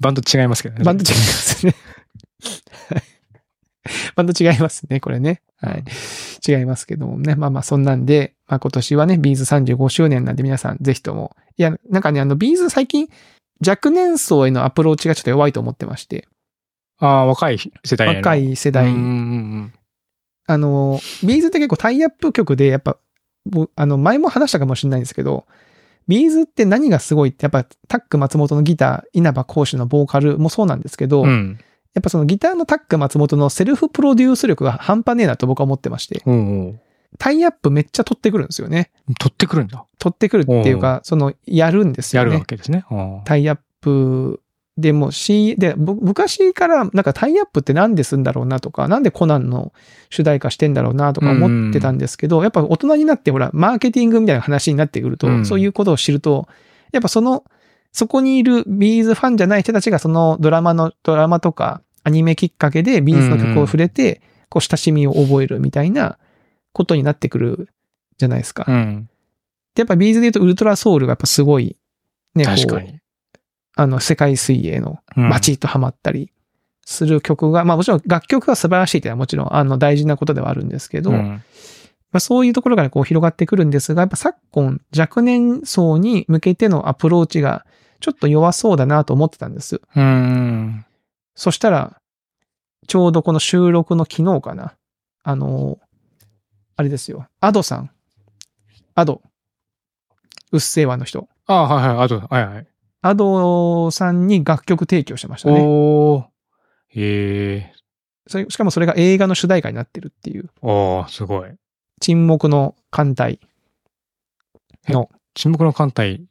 バンド違いますけどね。
バンド違いますね。はいバンド違いますね、これね。はい。違いますけどもね。まあまあ、そんなんで、まあ今年はね、ビーズ35周年なんで皆さんぜひとも。いや、なんかね、あの、ビーズ最近、若年層へのアプローチがちょっと弱いと思ってまして、
ああ、若い世代やな
若い世
う
代
んうん
あの、ビーズって結構タイアップ曲で、やっぱ、ぼあの、前も話したかもしれないんですけど、ビーズって何がすごいって、やっぱ、タック松本のギター、稲葉講師のボーカルもそうなんですけど、
うん。うん。
やっぱそのギターのタック松本のセルフプロデュース力が半端ねえなと僕は思ってまして、
うんうん。
タイアップめっちゃ取ってくるんですよね。
取ってくるんだ。
取ってくるっていうか、その、やるんです
や
よ
る
ね
わ。けですね。ああ
タイアップでもし、で、ぶ昔からなんかタイアップって何ですんだろうなとか、なんでコナンの主題歌してんだろうなとか思ってたんですけど、やっぱ大人になってほら、マーケティングみたいな話になってくると、
うん
そういうことを知ると、やっぱその、そこにいるビーズファンじゃない人たちがそのドラマの、ドラマとかアニメきっかけでビーズの曲を触れて、こう親しみを覚えるみたいなことになってくるじゃないですか。
うん。
で、やっぱビーズで言うとウルトラソウルがやっぱすごい、ね、こう
確かに。
あの、世界水泳の
うん
バチッとハマったりする曲が、まあもちろん楽曲は素晴らしいっていうのはもちろんあの大事なことではあるんですけど、
う
ま
ん
あそういうところからこう広がってくるんですが、やっぱ昨今若年層に向けてのアプローチがちょっと弱そうだなと思ってたんです。
うん。
そしたら、ちょうどこの収録の昨日かな。あの、あれですよ。アドさん。アド。うっせぇわの人。
ああ、はいはい。あと、はいはい。
アドさんに楽曲提供してましたね。
おー。ええ
それしかもそれが映画の主題歌になってるっていう、
ああ、すごい。
沈黙の艦隊。
沈黙の艦隊。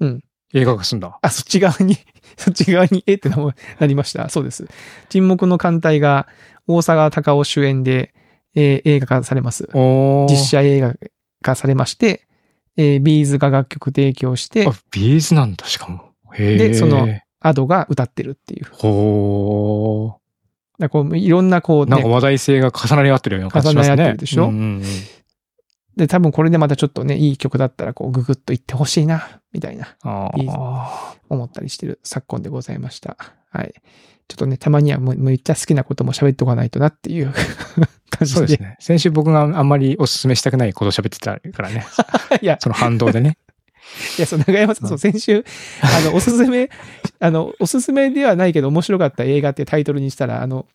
うん。
映画化すんだ。
あ、そっち側に、 そっち側に、えってなもなりました。そうです。沈黙の艦隊が大沢たかお主演で、えー映画化されます。
おー。
実写映画化されまして、えービーズが楽曲提供して
あ、、ビーズなんだ、しかも。へえ。
でその、アドが歌ってるっていう。だか
ほー。
らこういろんなこう、
なんか
ね、
話題性が重なり合ってるような感じしますね。
重なり合ってるでしょ
うんうんうん
で、多分これでまたちょっとね、いい曲だったらこう、ググッといってほしいな、みたいな。
あ
いい
あ。
思ったりしてる昨今でございました。はい。ちょっとね、たまにはもうめっちゃ好きなことも喋っておかないとなっていう 感じ
そう
で。
ですね。先週僕があんまりお勧めしたくないことを喋ってたからね。
いや、
その反動で ね。
いや、そう、長山さん、そう、先週、あの、おすすめ、 あの、おすすめではないけど面白かった映画っていうタイトルにしたら、あの、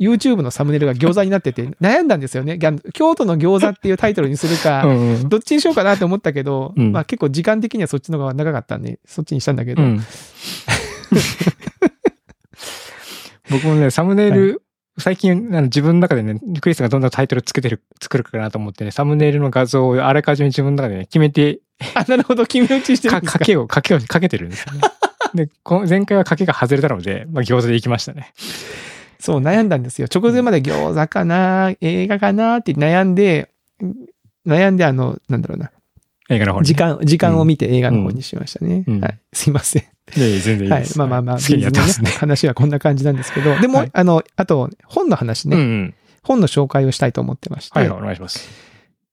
YouTube のサムネイルが餃子になって て悩んだんですよね。ギャン京都の餃子っていうタイトルにする
う
か、
んうん。
どっちにしようかなって思ったけど、
うん
まあ結構時間的にはそっちの方が長かったんで、そっちにしたんだけ
う
ど、
ん 僕もね、サムネイル、最近あの自分の中でね、クリスがどんなタイトルつけてる、作るかなと思ってね、サムネイルの画像をあらかじめ自分の中でね、決めて、
あ、なるほど、決め打ちしてる
か、
んですか
か。けを、かけを、かけてるんですよね。 で、この前回はかけが外れたので、まあ餃子で行きましたね。
そう、悩んだんですよ。直前まで餃子かな、映画かなって悩んで、悩んで、あの、なんだろうな、
映画の方にね。
時間、時間を見て映画の方にしましたね。
うん
はい。すいません。
いやいや全然いい
は
で
い。
す。
まあまあまあ、
好きにやってますね
ビーズの。話はこんな感じなんですけど、でも、
はい
あの、あと、本の話
うん
ね、
うん。
本の紹介をしたいと思ってまして、
はい、お願いします。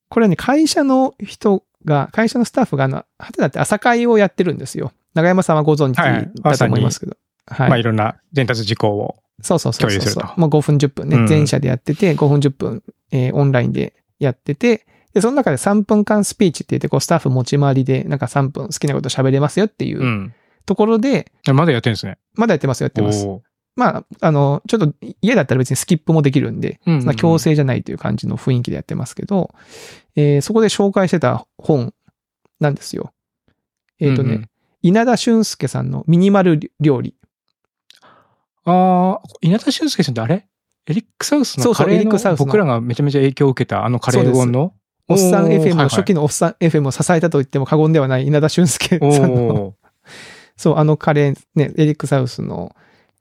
これね、会社の人が、会社のスタッフが、あの、はてなって朝会をやってるんですよ。長山さんはご存知
はい
だと思いますけど。はい
まあいろんな伝達事項を。
そうそうそうそうそう
共有すると
もう5分10分ね
う、ん。
全社でやってて、5分10分、えーオンラインでやってて、で、その中で3分間スピーチって言って、こう、スタッフ持ち回りで、なんか3分好きなこと喋れますよっていううんところで、
えまだやってるんですね。
まだやってますよ、やってます。
おー
まあ、あの、ちょっと家だったら別にスキップもできるんで、
うんうん
そんな強制じゃないという感じの雰囲気でやってますけど、えーそこで紹介してた本なんですよ。えっ、とね、
うんうん
稲田俊介さんのミニマル料理。
ああ、稲田俊介さんってあれエリック・サウス
そ
の
うそ
カ
う
レーの
エリックサウスの
僕らがめちゃめちゃ影響を受けたあのカレー本の
おっさん
おー
FM
はいは
の
い
初期のおっさん FM を支えたと言っても過言ではない稲田俊介
お
さんの、
おー
そう、あのカレー、ね、エリック・サウスの、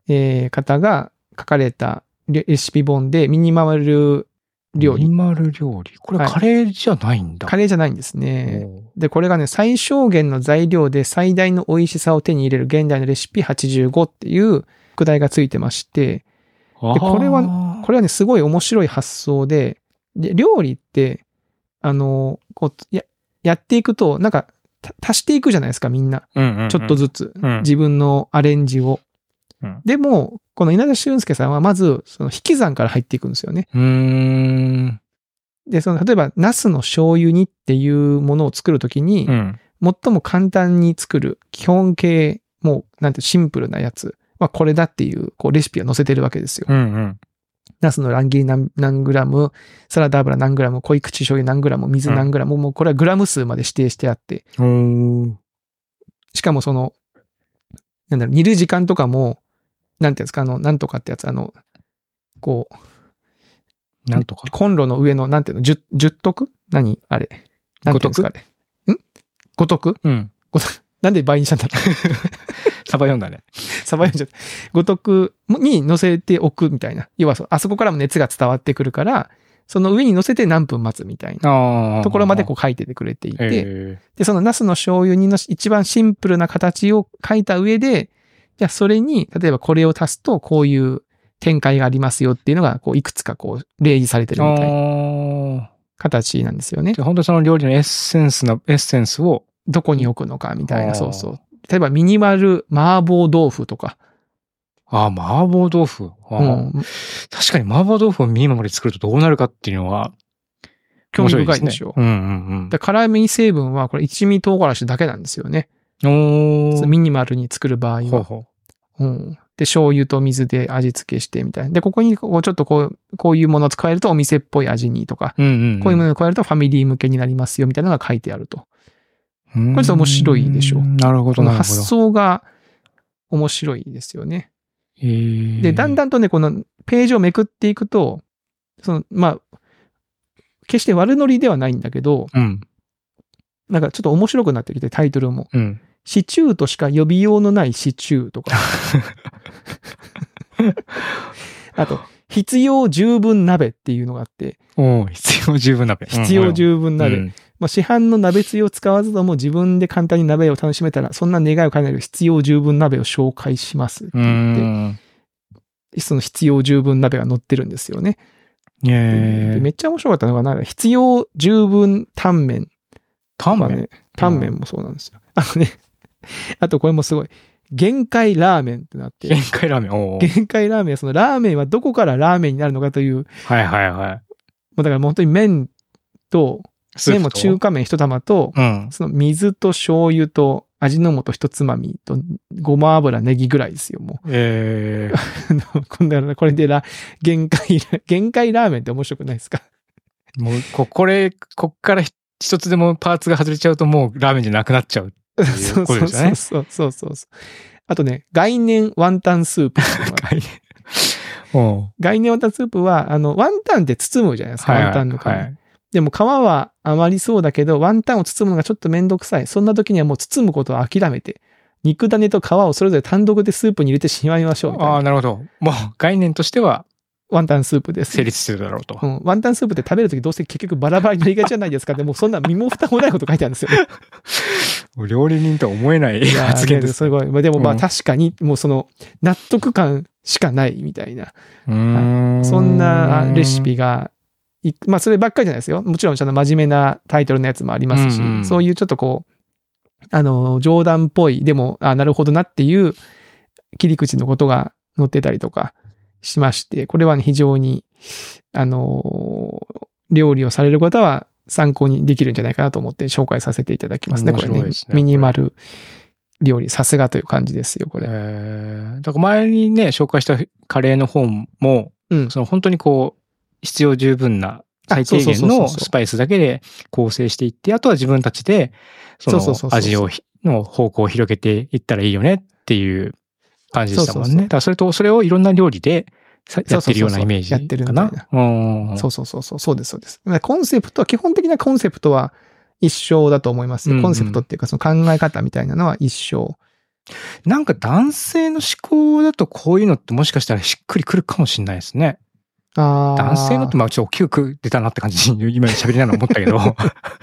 えー方が書かれたレレシピ本でミニマル料
ミニ
理。
マル料理。これ
はい
カレーじゃないんだ。
カレーじゃないんですね。
おー
で、これがね、最小限の材料で最大の美味しさを手に入れる現代のレシピ85っていう副題がついてまして、
あー
でこれは
あ
これはね、すごい面白い発想で、で料理って、あの、こう、や、やっていくと、なんか、た足していくじゃないですか、みんな。
れ
ちょっとずつ、
うん
自分のアレンジを。
うん
でも、この稲田俊介さんは、まず、その引き算から入っていくんですよね。
うーん。
で、その、例えば、茄子の醤油煮っていうものを作るときに、
うん。
最も簡単に作る基本形、もう、なんてシンプルなやつはこれだっていう、こう、レシピを載せてるわけですよ。
うん。うん。
ナスの乱切り何何グラム、サラダ油何グラム、濃い口醤油何グラム、水何グラム、もうこれはグラム数まで指定してあって、
おー
しかもその、なんだろう、煮る時間とかも、なんていうんですか、あの、なんとかってやつ、あの、こう、
なんとか。
コンロの上の、なんていうの、十、十徳何あれ。なんていうんですか、あれ。ん五徳
うん。
なんで倍にしたんだろう
サバ読んだね。
サバ読んじゃった。五徳に乗せておくみたいな。要はそう、あそこからも熱が伝わってくるから、その上に乗せて何分待つみたいな。
ああ。
ところまでこう書いててくれていて、
え
で、そのナスの醤油煮の一番シンプルな形を書いた上で、じゃあそれに、例えばこれを足すとこういう展開がありますよっていうのが、こういくつかこう例示されて
え
るみたいな
ああ。
形なんですよね
で、。本当にその料理のエッセンスの、エッセンスを、
どこに置くのかみた
あ
い
ー
な、そうそう。例えばミニマル麻婆豆腐とか、
ああ、麻婆豆腐。ああ
うん、
確かに麻婆豆腐をミニマルで作るとどうなるかっていうのは、
興味深
面白
いで
です
し
ね
ょ。
うんうん
だから辛味成分はこれ一味唐辛子だけなんですよね。
うん。おー。
ミニマルに作る場合
ほう
は。
ほ
うん。で、醤油と水で味付けしてみたいな。で、ここに、こう、ちょっとこう、こういうものを使えるとお店っぽい味にとか、
う。うんうん。
こういうものを加えるとファミリー向けになりますよみたいなのが書いてあると。
うん。
これちょっと面白いでしょ
なるほ
こ
ど、
の
なるほ
発
ど。
想が面白いですよね。で、
で
だんだんとね、このページをめくっていくと、その、まあ、決して悪ノリではないんだけど、
うん。
なんかちょっと面白くなってきて、タイトルも。
うん。
シチューとしか呼びようのないシチュー とか。あと、必要十分鍋っていうのがあって、
おー必要十分鍋。
必要十
分
分鍋。まあ、市販の鍋つゆを使わずとも自分で簡単に鍋を楽しめたら、そんな願いを叶える必要十分鍋を紹介しますって
う
言っ
ん。
て、その必要十分鍋が載ってるんですよね。で
え
めっちゃ面白かったのが、なんか必要十分タンメン
タン
とか
メン
ね、タンメンもそうなんですよ。あのね、あとこれもすごい、限界ラーメンってなって
限、界ラーメン。おー
限界ラーメンはそのラーメンはどこからラーメンになるのかという、もう
はいはいはい。
だからもう本当に麺と、
スープ
麺も
と
中華麺一玉と、
うん。
その水と醤油と味の素一つまみとごま油ネギぐらいですよ、も
えー、
う。あの こんなのこれでラ、限界ラ、限界ラーメンって面白くないですか
もう、こ、これ、こっからひ一つでもパーツが外れちゃうともうラーメンじゃなくなっちゃう。
そう
こ
そ
れで
う
すよ
そ
ね
うそうそうそうそう。あとね、概念ワンタンスープっていうのが。
概念。おう
概念ワンタンスープは、あの、ワンタンって包むじゃないですか、
はい
ワンタンの皮。
はい。
でも皮は余りそうだけど、ワンタンを包むのがちょっとめんどくさい。そんな時にはもう包むことを諦めて、肉種と皮をそれぞれ単独でスープに入れてしまいましょうみたい
ああ、
な。
なるほど。もう概念としては
ワンタンスープです。
成立してるだろうと
う。ん、ワンタンスープって食べるときどうせ結局バラバラになりがちじゃないですか。でもそんな身も蓋もないこと書いてあるんですよね。
料理人とは思え ない
いやー
発言です。
すごい。まあでもま
う
あ
ん
確かに、もうその納得感しかないみたいな。
うーん
そんなレシ。ピがい、まあそればっかりじゃないですよ。もちろんちゃんと真面目なタイトルのやつもありますし、
うんうん
そういうちょっとこう、あの、冗談っぽい、でも、あなるほどなっていう切り口のことが載ってたりとかしまして、これはね、非常に、あの、料理をされる方は参考にできるんじゃないかなと思って紹介させていただきますね、これ
面
ね
白いですね
ミニマル料理、さすがという感じですよ、こ
え
れ。
ー、だから前にね、紹介したカレーの本も、
うん
その本当にこう、必要十分な
あ
最低限
そうそうそうそ
の
うそう
スパイスだけで構成していって、あとは自分たちで、そ
そうそうそう
の
そう
味をひ、の方向を広げていったらいいよねっていう感じでしたもんね。
そうそうそう
だからそれと、それをいろんな料理でさやってるようなイメージかな。
そうそうそうそうやってるみ
うん。
そうそうそうそう、そうです、そうです。コンセプトは、基本的なコンセプトは一緒だと思いますよ。
うんうん
コンセプトっていうか、その考え方みたいなのは一緒。
なんか男性の思考だとこういうのってもしかしたらしっくりくるかもしれないですね。
あー
男性のってまあちょっと大きく出たなって感じ に今喋りながら思ったけど、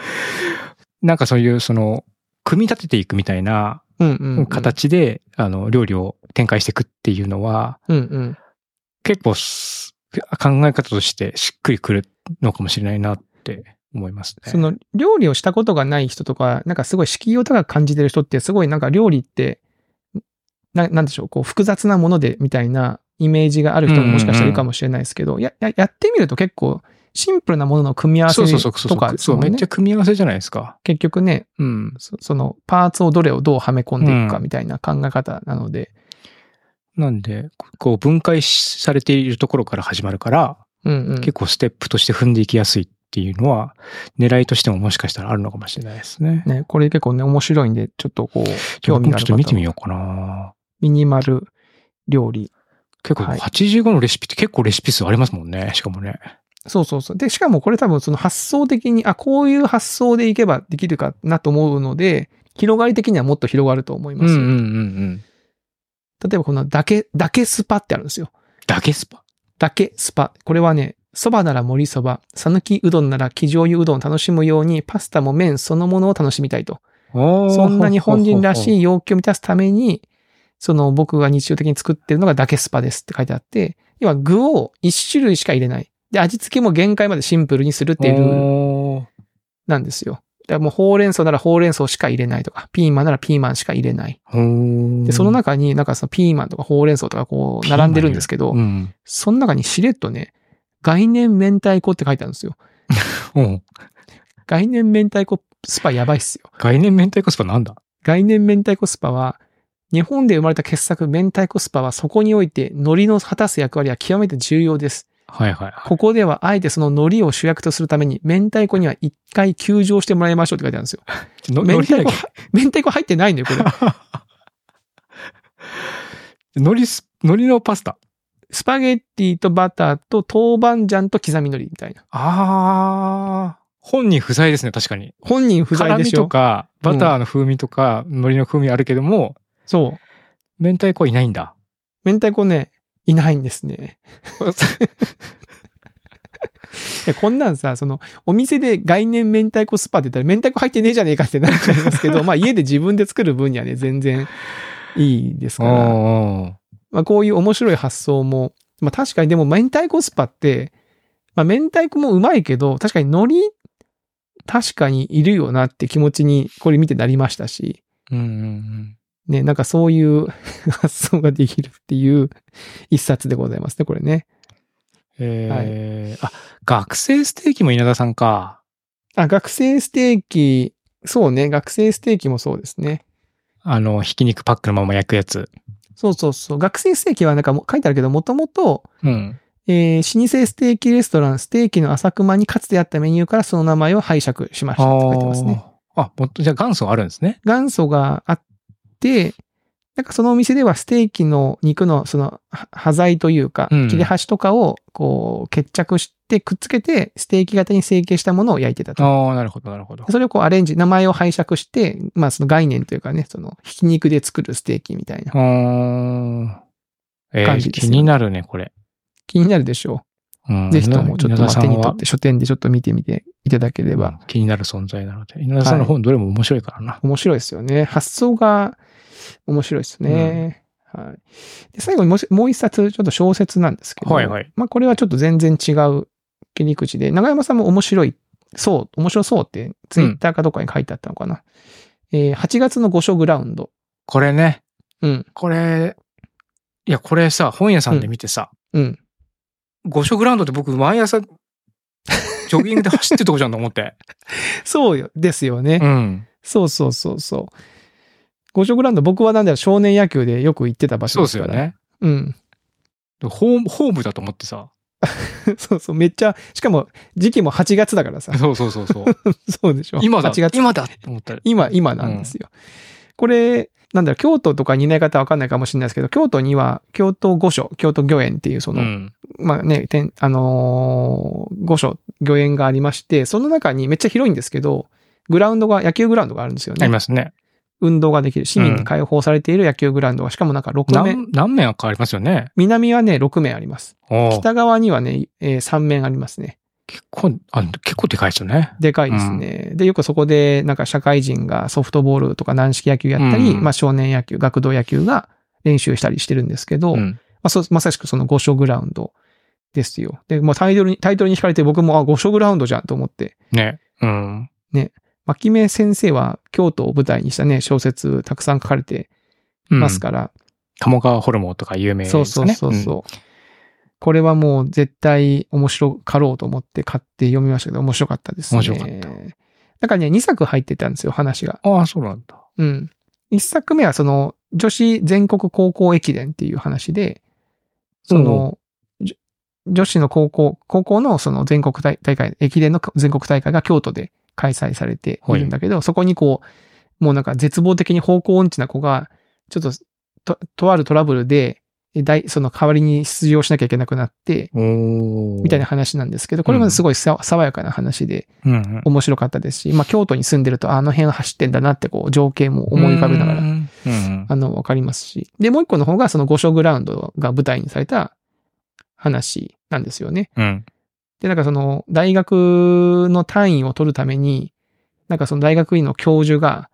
なんかそういうその、組み立てていくみたいな
うんうんうん。。
形で、あの、料理を展開していくっていうのは、
うんうん。
結構す考え方としてしっくりくるのかもしれないなって思いますね。
その料理をしたことがない人とか、なんかすごい敷居を高く感じてる人って、すごいなんか料理って、ななんでしょう、こう複雑なものでみたいなイメージがある人ももしかしたらいるかもしれないですけど、やややってみると結構シンプルなものの組み合わせ
そうそうそうそう
とかです
そう、
もん
めっ
ね
ち。ゃ組み合わせじゃないですか。
結局ね
うん。
そ、そのパーツをどれをどうはめ込んでいくかみたいな考え方なので、
なんで、こう分解しされているところから始まるから、
うんうん
結構ステップとして踏んでいきやすいっていうのは、狙いとしてももしかしたらあるのかもしれないですね。
ね、これ結構ね、面白いんで、ちょっとこう、興
僕
味
も
があ
ちょっと
る方は
見てみようかな。
ミニマル料理。
結構
はい
85のレシピって結構レシピ数ありますもんね。しかもね。
そうそうそう。で、しかもこれ多分その発想的に、あ、こういう発想でいけばできるかなと思うので、広がり的にはもっと広がると思いますよ。
ん。
例えばこのだけ、だけスパってあるんですよ。
だけスパ。
だけスパ。これはね、蕎麦なら盛り蕎麦、讃岐うどんなら生醤油うどんを楽しむように、パスタも麺そのものを楽しみたいと。そ
そ
んな日本人らし
い。
い要求を満たすために、その僕が日常的に作ってるのがだけスパですって書いてあって、要は具を一種類しか入れない。で、味付けも限界までシンプルにするっていうルール
おー
なんですよ。だからもうほうれん草ならほうれん草しか入れないとか、ピーマンならピーマンしか入れない。
ほー
で、その中になんかそのピーマンとかほうれん草とかこう並んでるんですけど
う、ん。
その中にしれっとね、概念明太子って書いてあるんですよ。
うん
概念明太子スパやばいっすよ。
概念明太子スパなんだ
概念明太子スパは、日本で生まれた傑作明太子スパはそこにおいて海苔の果たす役割は極めて重要です。
はいはいはい。
ここではあえてその海苔を主役とするために明太子には一回休場してもらいましょうって書いてあるんですよ。
の
明
海苔
太
だ
子
け、
明太子入ってないんだ よ、これ。
海苔ス、海苔のパスタ。
スパゲッティとバターと豆板醤と刻み海苔みたいな。
あー。本人不在ですね、確かに。
本人不在で
辛味
し
と
ょ。
か、バターの風味とか、海苔の風味あるけども、
そう。
明太子はいないん だ。
明太子ね、いないんですね。いやこんなんさ、その、お店で概念明太子スパって言ったら、明太子入ってねえじゃねえかってなっちゃいますけど、まあ家で自分で作る分にはね、全然いいですから。
おー
まあこういう面白い発想も、まあ確かにでも明太子スパって、まあ明太子もうまいけど、確かに海苔、確かにいるよなって気持ちに、これ見てなりましたし。
うんうんうん。
ね、なんかそういう 発想ができるっていう一冊でございますね、これね。
えーあ、学生ステーキも稲田さんか。
あ、学生ステーキ、そうね、学生ステーキもそうですね。
あの、ひき肉パックのまま焼くやつ。
そうそうそう。学生ステーキはなんかもう書いてあるけど、もともと、
うん。
えー老舗ステーキレストラン、ステーキの浅熊にかつてあったメニューからその名前を拝借しましたって書いてますね。
あーあ、もっと、じゃあ元祖あるんですね。
元祖があって、なんかそのお店ではステーキの肉のそのは端材というか
うん、
切れ端とかをこう決着してくっつけて、ステーキ型に成形したものを焼いてたと。
ああ、なるほど、なるほど。
それをこうアレンジ、名前を拝借して、まあその概念というかね、そのひき肉で作るステーキみたいな。
うーん。えー
感じで
気
すよね
になるね、これ。
気になるでしょ
うん
う。ぜひともちょっと
稲田
まあ
さ
手
ん
に
は
取って書店でちょっと見てみていただければ
うん気になる存在なので。稲田さんの本、どれも面白いからな。
面白いですよね。発想が面白いですね。はい。で、最後にもしもう一冊、ちょっと小説なんですけど。
はいはい
まあ、これはちょっと全然違う切り口で、長山さんも面白い、そう、面白そうって、ツイッターかどっかに書いてあったのかな。えー8月の御所グラウンド。
これね。
うん、
これ、いや、これさ、本屋さんで見てさ、
うん。
五所グラウンドって僕、毎朝、ジョギングで走ってるとこじゃんと思って。
そうよ、ですよ ね。
うん。
そうそうそうそう。御所グラウンド、僕はなんだろう、少年野球でよく行ってた場
そ
所
う
で
ですす
か
よ
ら。
ね。
うん。
ホーム、ホームだと思って さ。
そうそう、めっちゃ、しかも、時期も8月だか らさ。
そうそうそうそう。
そうでしょ。
今だ
8月。
今だと思ったら。
今、今なんですよ。これ、なんだろう、京都とかにいない方はわかんないかもしれないですけど、京都には、京都御所、京都御苑っていう、そうの、
ん。
まあね、てんあのー御所、御苑がありまして、その中にめっちゃ広いんですけど、グラウンドが、野球グラウンドがあるんですよ
あり
ね。
ますね。
運動ができる、市民に開放されている野球グラウンドが、しかもなんか6面、
何、何面は変わりますよね。
南はね、6面あります。
おー
北側にはね、え3面ありますね。
結構、あ結構でかいですよね。
でかいですね。で、よくそこで、なんか社会人がソフトボールとか軟式野球やったり、
うん
まあ少年野球、学童野球が練習したりしてるんですけど、
う
ま
ん。
あそうまさしくその五所グラウンドですよ。で、もうタイトルに、タイトルに惹かれて僕も、あ、五色グラウンドじゃんと思って。
ね。うん。
牧目先生は京都を舞台にしたね、小説たくさん書かれて
うん
ますから。
鴨川ホルモンとか有名です
そ
ね。
うそうそうそう。これはもう絶対面白かろうと思って買って読みましたけど、面白かったですね。
面白かった
なんかね、2作入ってたんですよ、話が。
うんああ、そうなんだ。
うん。1作目はその、女子全国高校駅伝っていう話で、その、じょ女子の高校、高校のその全国大大会、駅伝の全国大会が京都で開催されているんだけど、そこにこう、もうなんか絶望的に方向音痴な子が、ちょっと、と、とあるトラブルで、大その代わりに出場しなきゃいけなくなって、
おー
みたいな。話なんですけど、これもすごいさ爽やかな話で
うんうん。
面白かったですし、まあ京都に住んでるとあの辺走ってんだなってこう情景も思い浮かべながら
うんうん。
あの、わかりますし。で、もう一個の方が、その五所グラウンドが舞台にされた話なんですよね。
うん。
で、なんかその、大学の単位を取るために、なんかその大学院の教授が、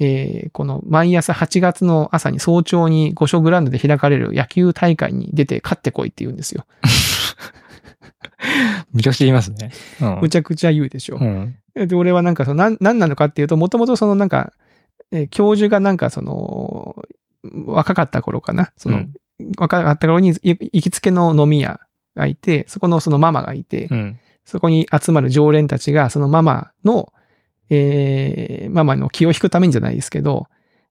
えーこの毎朝8月の朝に早朝に五所グラウンドで開かれる野球大会に出て勝ってこいって言うんですよ。
めちゃくちゃ言いますね。うん
むちゃくちゃ言うでしょ。
うん。
で、俺はなんかその、なん、なんなのかっていうと、もともとそのなんか、えー教授がなんかその、若かった頃かな。その、
うん
若かった頃に、い行きつけの飲み屋がいて、そこのそのママがいて、
うん。
そこに集まる常連たちが、そのママの、えーママの気を引くためにじゃないですけど、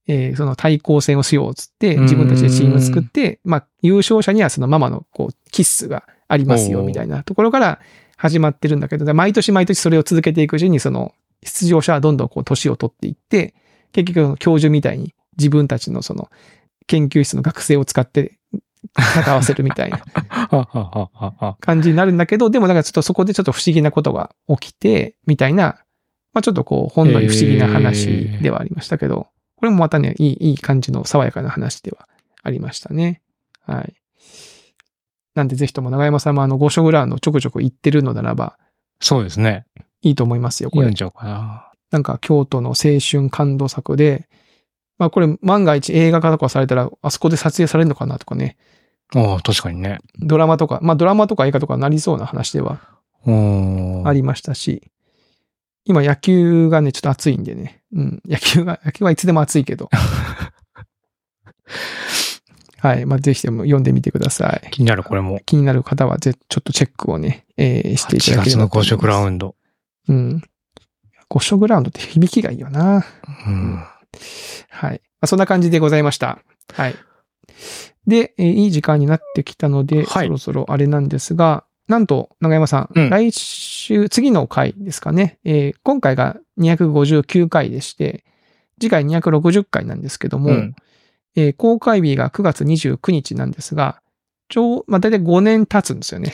えーその対抗戦をしようっつって、自分たちでチーム作って、まあ、優勝者にはそのママの、こう、キッスがありますよ、
おー
みたいなところから始まってるんだけど、で毎年毎年それを続けていくうちに、その、出場者はどんどんこう、年を取っていって、結局、教授みたいに自分たちのその、研究室の学生を使って、戦わせるみたいな。
ははははは。
感じになるんだけど、でもなんかちょっとそこでちょっと不思議なことが起きて、みたいな、まあちょっとこう、ほんのり不思議な話ではありましたけど、これもまたね、いい、いい感じの爽やかな話ではありましたね。はい。なんでぜひとも長山さんもあの、五所グラウンドちょくちょく行ってるのならば、
そうですね。
いいと思いますよ、こ
読
れ
ん。じゃおうかな。
なんか京都の青春感動作で、まあこれ万が一映画化とかされたら、あそこで撮影されるのかなとかね、
ああ、確かにね。
ドラマとか、まあドラマとか映画とかなりそうな話では
おー
ありましたし、今野球がね、ちょっと熱いんでね。うん。野球が、野球はいつ でも熱いけど。 はい。まあ、ぜひでも読んでみてください。
気になる、これも。
気になる方はぜ、ちょっとチェックをね、えーしていた
8
だけれ
月
ば
の
と
五
思います。
色ラウ
ン
ンド。
ド。うん。5色グラウンドって響きがいいよな。
うん。
はい。まあ、そんな感じでございました。はい。で、えーいい時間になってきたので、
はい
そろそろあれなんですが、なんと、永山さん、
うん
来週、次の回ですかね、えー今回が259回でして、次回260回なんですけども、
うん
えー公開日が9月29日なんですが、ちょう、まあ、大体5年経つんですよね。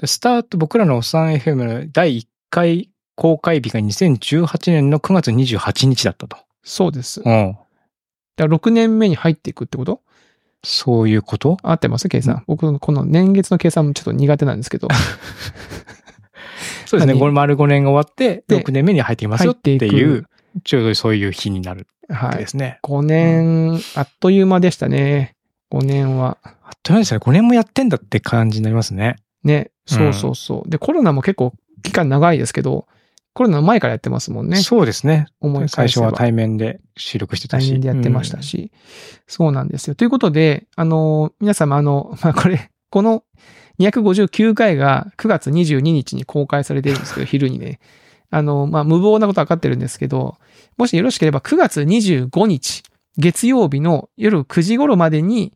でスタート、僕らのおっさん FM の第1回公開日が2018年の9月28日だったと。
そうです。だか
うん。
ら6年目に入っていくってこと
そういうこと
合ってます計算。
う
僕のこの年月の計算もちょっと苦手なんですけど。
そうですね。
何
これ丸5年が終わって、
で
6年目に入っていますよって
入ってい
い
く
う、ちょうどそういう日になるわ
は
け
い
で。すね。
5年、あっという間でしたね。5年は。
あっという間ですね。5年もやってんだって感じになりますね。
ね。そううんそうそう。で、コロナも結構期間長いですけど、コロナの前からやってますもんね。
そうですね。
思い
最
返
初
せば
は対面で収録してた
対
し。
面でやってましたし。そうなんですよ。ということで、あの、皆様、あの、 まあ、これ、この259回が9月22日に公開されているんで すけど、昼にね。あの、まあ、無謀なことは分かってるんですけど、もしよろしければ9月25日、月曜日の夜9時頃までに、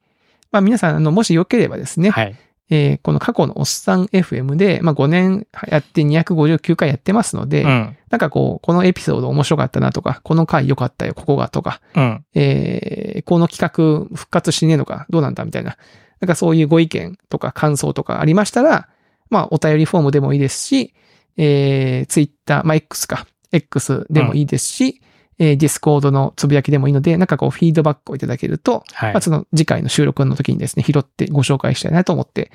まあ、皆さん、あの、もしよければです
う
ね
ん。、はい。
えーこの過去のおっさん FM で、まあ、5年やって259回やってますので、
うん。
なんかこう、このエピソード面白かったなとか、この回良かったよ、ここがとか、
うん。
えーこの企画復活しねえのか、どうなんだみたいな。なんかそういうご意見とか感想とかありましたら、まあお便りフォームでもいいですし、えー、Twitter、まあ X か、X でもいいですし、えー、Discord のつぶやきでもいいので、なんかこうフィードバックをいただけると、
はい
まあ、。その次回の収録の時にですね、拾ってご紹介したいなと思って、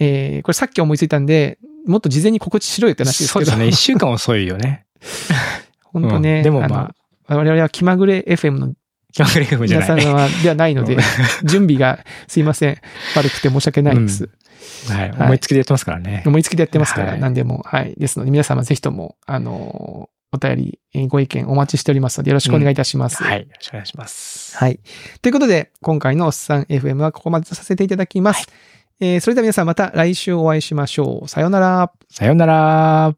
えー、これさっき思いついたんで、もっと事前に告知しろよって話です
そう
け
で
ど、
すね。1週間遅いよね。
本当
う
ね、
んでもまあ
あの、我々は気まぐれ FM の
気まぐれ FM じゃ
皆
ない。
さんはではないので
うん、
準備がすいません。悪くて申し訳ないです。
はい。
はい
思いつきでやってますからね。
思いつきでやってますから、
はい
何でも。はい。ですので、皆様ぜひとも、あの、お便り、えーご意見お待ちしておりますので、よろしくお願いいたします。
はい。よろしくお願いします。
はい。ということで、今回のおっさん FM はここまでとさせていただきます。えーそれでは皆さんまた来週お会いしましょう。さようなら。
さようなら。